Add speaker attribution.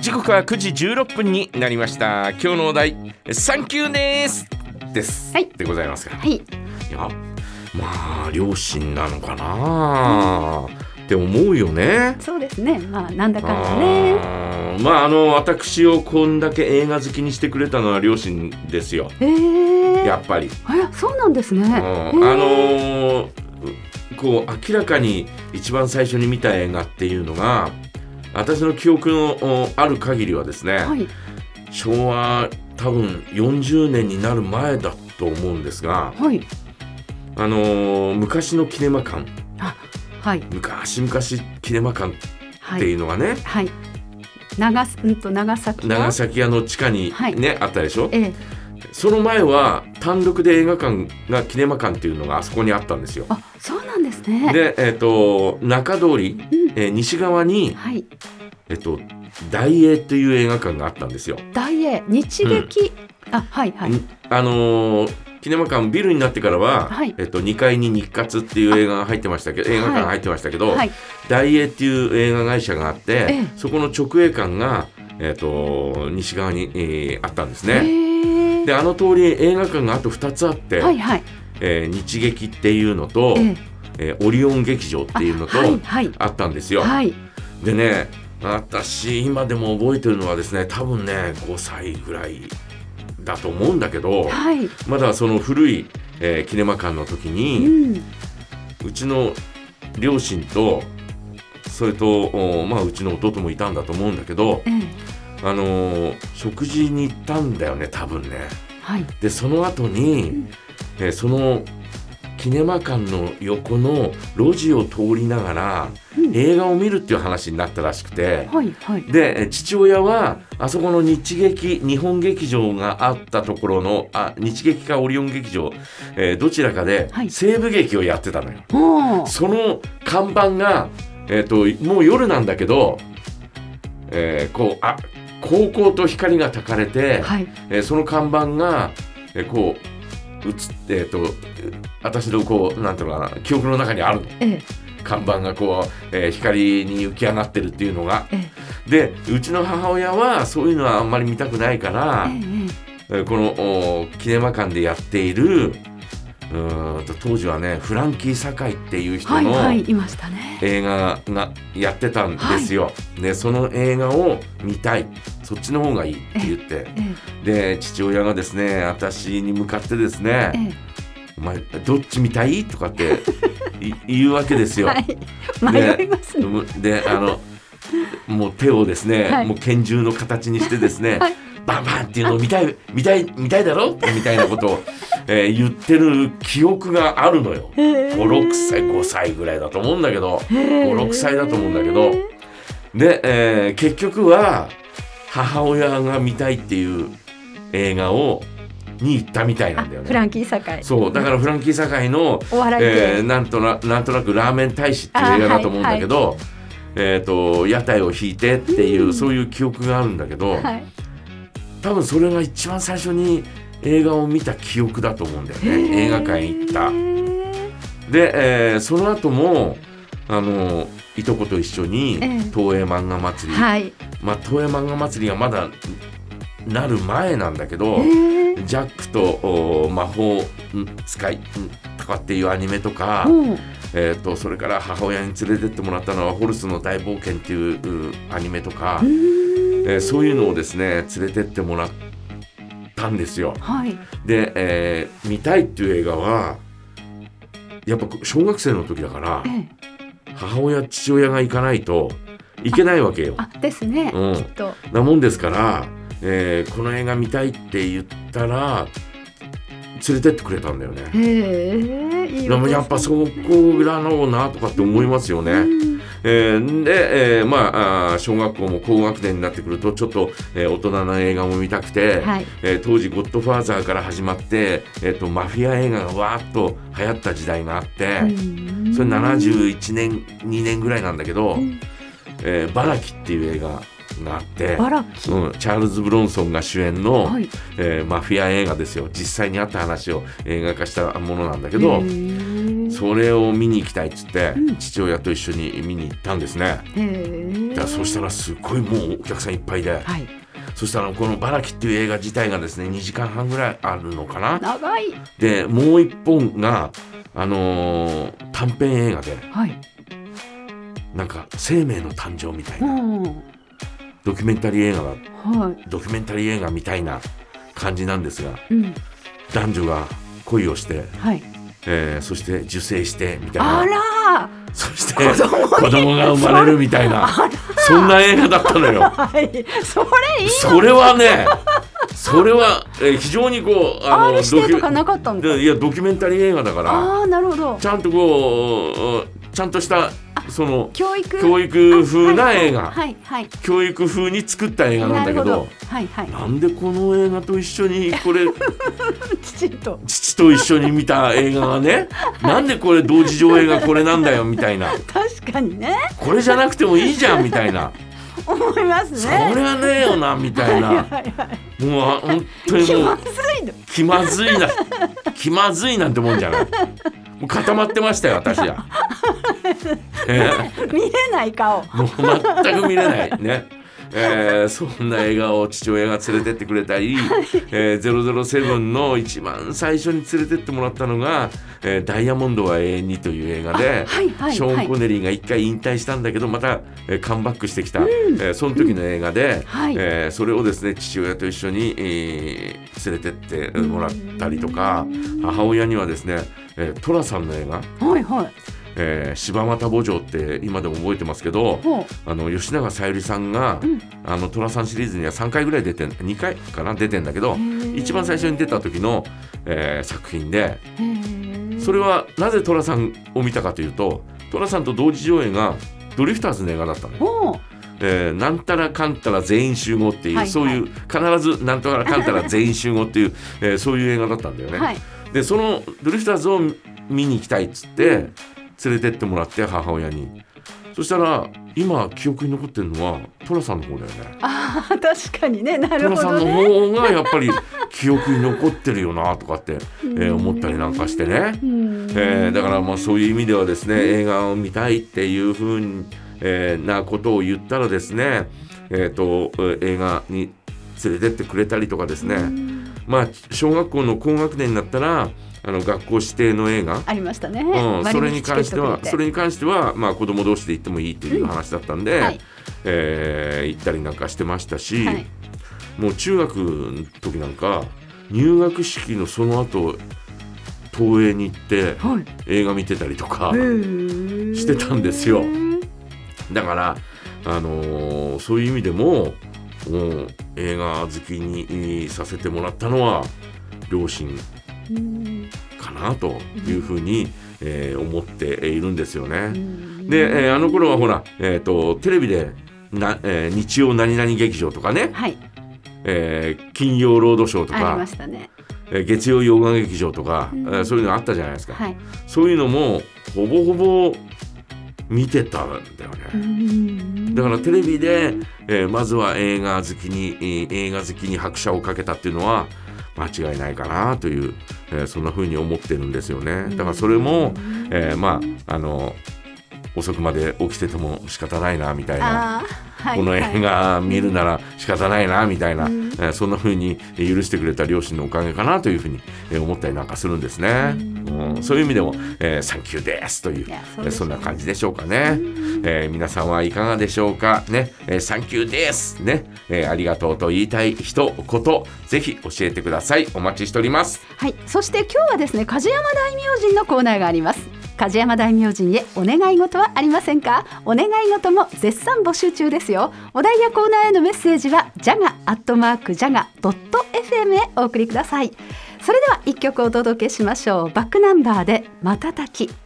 Speaker 1: 時刻は9時16分になりました今日のお題サンキューですです、
Speaker 2: はい
Speaker 1: でございますが
Speaker 2: はい。
Speaker 1: いやまあ両親なのかなって思うよね
Speaker 2: そうですね。まあ、なんだかんだね。
Speaker 1: あーまああの私をこんだけ映画好きにしてくれたのは両親ですよ
Speaker 2: ええ
Speaker 1: やっぱり、
Speaker 2: え、そうなんですね。
Speaker 1: うん、あ
Speaker 2: へえ
Speaker 1: のーこう明らかに一番最初に見た映画っていうのが私の記憶のおある限りはですね、
Speaker 2: はい。
Speaker 1: 昭和多分40年になる前だと思うんですが、
Speaker 2: はい。
Speaker 1: あのー昔のキネマ館
Speaker 2: あ、はい。
Speaker 1: 昔々キネマ館っ
Speaker 2: は
Speaker 1: てい
Speaker 2: い。
Speaker 1: うのがね、
Speaker 2: はい。長す、うんと、長崎は。
Speaker 1: 長崎屋の地下に、ね
Speaker 2: はい
Speaker 1: あったでしょ
Speaker 2: ええ。
Speaker 1: その前は単独で映画館がキネマ館っていうのがあそこにあったんですよ。
Speaker 2: あ、そうなんですね。
Speaker 1: で、えっと中通り、
Speaker 2: うん。
Speaker 1: えー西側に、
Speaker 2: はい。
Speaker 1: えっと大英っていう映画館があったんですよ。
Speaker 2: 大英、日劇。あ、はい。はい。
Speaker 1: にあのーキネマ館ビルになってからは、
Speaker 2: はい
Speaker 1: えっと、2階に日活っていう映画が入ってましたけど映画館が入ってましたけど、
Speaker 2: はい。
Speaker 1: 大英っていう映画会社があって、
Speaker 2: ええ
Speaker 1: そこの直営館が、えっと西側に、えーあったんですね。
Speaker 2: え
Speaker 1: であの通り映画館があと2つあって、
Speaker 2: え。はい。はい。
Speaker 1: えー日劇っていうのと、
Speaker 2: ええ。
Speaker 1: えーオリオン劇場っていうのと
Speaker 2: はい。はい。
Speaker 1: あったんですよ。
Speaker 2: はい。
Speaker 1: でね私今でも覚えてるのはですね多分ね5歳ぐらいだと思うんだけど
Speaker 2: はい。
Speaker 1: まだその古い、えーキネマ館の時
Speaker 2: う
Speaker 1: に、
Speaker 2: ん。
Speaker 1: うちの両親とそれと、おまあ、うちの弟もいたんだと思うんだけど、
Speaker 2: ええ。
Speaker 1: あのー食事に行ったんだよね多分ね。
Speaker 2: はい。
Speaker 1: でその後に、
Speaker 2: うん
Speaker 1: えーそのキネマ館の横の路地を通りながら
Speaker 2: うん
Speaker 1: 映画を見るっていう話になったらしくて、
Speaker 2: はい。はい。
Speaker 1: でえー父親はあそこの日劇日本劇場があったところのあ日劇かオリオン劇場、えーどちらかで
Speaker 2: はい
Speaker 1: 西部劇をやってたのよ。
Speaker 2: おお。
Speaker 1: その看板が、えー、ともう夜なんだけど、えーこうあ高校と光がたかれて、
Speaker 2: はい。
Speaker 1: えーその看板が、えーこう映って、えーとえー私のこうなんていうのかな記憶の中にあるの
Speaker 2: ええ。
Speaker 1: 看板がこう、えー光に浮き上がってるっていうのが
Speaker 2: ええ。
Speaker 1: でうちの母親はそういうのはあんまり見たくないから、
Speaker 2: ええ。
Speaker 1: えーこのおキネマ館でやっているうーんと当時はねフランキー・堺っていう人
Speaker 2: はい。
Speaker 1: の
Speaker 2: はい。いましたね。
Speaker 1: 映画がやってたんですよ、でその映画を見たいそっちの方がいいって言って
Speaker 2: ええ。
Speaker 1: で父親がですね私に向かってです
Speaker 2: え
Speaker 1: ね
Speaker 2: え。
Speaker 1: 「お前どっち見たい?」とかってい言うわけですよ。
Speaker 2: はい、迷いますね。
Speaker 1: であのもう手をですね、
Speaker 2: はい
Speaker 1: もう拳銃の形にしてですね、
Speaker 2: はい
Speaker 1: バンバンっていうのを見たい見たい見たいだろみたいなことを、えー言ってる記憶があるのよ。56歳5歳ぐらいだと思うんだけど56歳だと思うんだけどで、えー結局は母親が見たいっていう映画をに行ったみたい
Speaker 2: あ、
Speaker 1: なんだよ
Speaker 2: フ
Speaker 1: ね。
Speaker 2: ランキー堺。
Speaker 1: そうだからフランキー堺の
Speaker 2: お笑い
Speaker 1: えー
Speaker 2: で。
Speaker 1: なんとななんとなくラーメン大使っていう映画だと思うんだけど、えっ、と屋台を引いてっていう、
Speaker 2: うん
Speaker 1: そういう記憶があるんだけど、
Speaker 2: はい。
Speaker 1: 多分それが一番最初に映画を見た記憶だと思うんだよね映画館行った
Speaker 2: へ。ー
Speaker 1: で、えーその後もあのいとこと一緒に
Speaker 2: ええ
Speaker 1: 東映漫画祭り、
Speaker 2: はい。
Speaker 1: まあ、東映漫画祭りがまだなる前なんだけど、
Speaker 2: へー
Speaker 1: ジャックとお魔法使いんとかっていうアニメとか。
Speaker 2: うん
Speaker 1: えー、とそれから母親に連れてってもらったのは「ホルスの大冒険」っていううアニメとか、えーそういうのをですね連れてってもらったんですよ。
Speaker 2: はい。
Speaker 1: で、えー見たいっていう映画はやっぱ小学生の時だから
Speaker 2: ええ
Speaker 1: 母親父親が行かないといけないわけよ。
Speaker 2: あ、ですね。
Speaker 1: うん
Speaker 2: きっと。
Speaker 1: なもんですから、えーこの映画見たいって言ったら連れてってくれたんだよね。
Speaker 2: へえ。いいお父さん
Speaker 1: でもやっぱそこだろうなとかって思いますよね。
Speaker 2: うん
Speaker 1: えーで、えーまああー小学校も高学年になってくるとちょっと、えー大人な映画も見たくて、
Speaker 2: はい。
Speaker 1: えー当時「ゴッドファーザー」から始まって、えー、とマフィア映画がわーっと流行った時代があって、
Speaker 2: うん
Speaker 1: それ71年2年ぐらいなんだけど
Speaker 2: うん
Speaker 1: 「えーバラキ」っていう映画があって。
Speaker 2: バラ
Speaker 1: うん、チャールズ・ブロンソンが主演の、
Speaker 2: はい。
Speaker 1: えーマフィア映画ですよ実際にあった話を映画化したものなんだけど、
Speaker 2: へー
Speaker 1: それを見に行きたいっつって、
Speaker 2: うん
Speaker 1: 父親と一緒に見に行ったんですね。
Speaker 2: へえ
Speaker 1: だからそしたらすごいもうお客さんいっぱいで、
Speaker 2: はい
Speaker 1: そしたらこの「バラキ」っていう映画自体がですね2時間半ぐらいあるのかな
Speaker 2: 長い
Speaker 1: でもう一本が、あのー短編映画で
Speaker 2: はい
Speaker 1: なんか生命の誕生みたいうなんドキュメンタリー映画だ
Speaker 2: は
Speaker 1: ドキュメンタリー映画みたいな感じなんですが
Speaker 2: いうん
Speaker 1: 男女が恋をして、
Speaker 2: はい
Speaker 1: えーそして受精してみたい
Speaker 2: あ
Speaker 1: な
Speaker 2: ら
Speaker 1: そして
Speaker 2: 子供に
Speaker 1: 子供が生まれるみたいな
Speaker 2: あ
Speaker 1: そんな映画だったのよ。
Speaker 2: らはいそれいい
Speaker 1: それはねそれは、えー非常にこうあ
Speaker 2: R 指定とか
Speaker 1: ド
Speaker 2: なかったん
Speaker 1: キ
Speaker 2: だ
Speaker 1: ュいやドキュメンタリー映画だから
Speaker 2: ああなるほど
Speaker 1: ちゃんとこうちゃんとしたその
Speaker 2: 教育
Speaker 1: 教育風な映画、
Speaker 2: はいはい
Speaker 1: 教育風に作った映画なんだけど
Speaker 2: なるほはいはい
Speaker 1: なんでこの映画と一緒にこれ
Speaker 2: きちんと
Speaker 1: 父と一緒に見た映画がねなんでこれ同時上映がこれなんだよみたいな
Speaker 2: 確かにね
Speaker 1: これじゃなくてもいいじゃんみたいな
Speaker 2: 思いますね
Speaker 1: それはねえよなみたい
Speaker 2: はい
Speaker 1: な
Speaker 2: はいはい
Speaker 1: もうあ本当に
Speaker 2: 気
Speaker 1: も
Speaker 2: ま
Speaker 1: う
Speaker 2: ずいの
Speaker 1: 気まずいな気まずいなんてもんじゃないもう固まってましたよ私は、え
Speaker 2: 見れない顔
Speaker 1: ーもう全く見れないね、えーそんな映画を父親が連れてってくれたり、えー、007の一番最初に連れてってもらったのが「えーダイヤモンドは永遠に」という映画で、
Speaker 2: はいはい
Speaker 1: ショ
Speaker 2: は
Speaker 1: ーン・
Speaker 2: い
Speaker 1: コネリーが一回引退したんだけどまた、えーカムバックしてきた、
Speaker 2: ん
Speaker 1: えーその時の映画で、
Speaker 2: はい
Speaker 1: えーそれをですね父親と一緒に、えー連れてってもらったりとか母親にはですね、えー寅さんの映画
Speaker 2: はいはい
Speaker 1: 「えー柴又墓場」って今でも覚えてますけど
Speaker 2: ほ
Speaker 1: あの吉永小百合さんが、
Speaker 2: ん
Speaker 1: あの寅さんシリーズには3回ぐらい出てん2回かな出てんだけ
Speaker 2: う
Speaker 1: ど
Speaker 2: へー
Speaker 1: 一番最初に出た時の、えー作品で
Speaker 2: へー
Speaker 1: それはなぜ寅さんを見たかというと寅さんと同時上映がドリフターズの映画だったのよ。
Speaker 2: ほう
Speaker 1: えーなんたらかんたら全員集合っていう、
Speaker 2: はい
Speaker 1: そういう必ずなんたらかんたら全員集合っていう、 えーそういう映画だったんだよね。
Speaker 2: はい
Speaker 1: でそのドリフターズを見に行きたいっつって連れてってもらって母親にそしたら今記憶に残ってるのは寅さんの方だよね。
Speaker 2: あー 確かにねなる
Speaker 1: 寅
Speaker 2: ほ
Speaker 1: さん
Speaker 2: ど
Speaker 1: の
Speaker 2: ね
Speaker 1: 方がやっぱり記憶に残ってるよなとかって、えー
Speaker 2: うん
Speaker 1: 思ったりなんかしてね。
Speaker 2: うん
Speaker 1: えーだからまあそういう意味ではですね映画を見たいっていうふうに、えーなことを言ったらですね、えー、とえー映画に連れてってくれたりとかです
Speaker 2: う
Speaker 1: ね、
Speaker 2: ん
Speaker 1: まあ、小学校の高学年になったらあの学校指定の映画、
Speaker 2: ありましたね
Speaker 1: うん、それ
Speaker 2: 割
Speaker 1: に
Speaker 2: 引
Speaker 1: 関しては
Speaker 2: チケットくれ
Speaker 1: それに関しては、まあ、子供同士で行ってもいいという話だったんで、
Speaker 2: はい
Speaker 1: えー行ったりなんかしてましたし、
Speaker 2: はい
Speaker 1: もう中学の時なんか入学式のその後東映に行って。
Speaker 2: はい
Speaker 1: 映画見てたりとかし
Speaker 2: して
Speaker 1: たんですよだから、あのーそういう意味でももう映画好きにさせてもらったのは両親かなというふうに、えー思っているんですよね。で、えーあの頃はほら、えー、とテレビでな、えー日曜何々劇場とかね、
Speaker 2: はい
Speaker 1: えー金曜ロードショーと
Speaker 2: あり
Speaker 1: か
Speaker 2: ま、したね
Speaker 1: えー月曜洋画劇場とか、
Speaker 2: うん
Speaker 1: えーそういうのあったじゃないですか、
Speaker 2: はい
Speaker 1: そういうのもほぼほぼ見てたんだよね。だからテレビで、えーまずは映画好きに、えー映画好きに拍車をかけたっていうのは間違いないかなという、えーそんな風に思ってるんですよね。だからそれも、えーまああの遅くまで起きてても仕方ないなみたいな。
Speaker 2: あーはい
Speaker 1: この映画見るなら仕方ないなみたいな、
Speaker 2: うん
Speaker 1: えーそんな風に許してくれた両親のおかげかなという風にえー思ったりなんかするんですね。うん、そういう意味でも、えーサンキューですという
Speaker 2: いや
Speaker 1: え
Speaker 2: そう
Speaker 1: ー
Speaker 2: ですね
Speaker 1: そんな感じでしょうかね。えー皆さんはいかがでしょうかね、えーサンキューですね、えーありがとうと言いたい人ことぜひ教えてくださいお待ちしております。
Speaker 2: はい、そして今日はですね梶山大名人のコーナーがあります梶山大名人へお願い事はありませんかお願い事も絶賛募集中ですよお題やコーナーへのメッセージはジャガアットマークジャガドット FM へお送りくださいそれでは一曲お届けしましょうバックナンバーで瞬き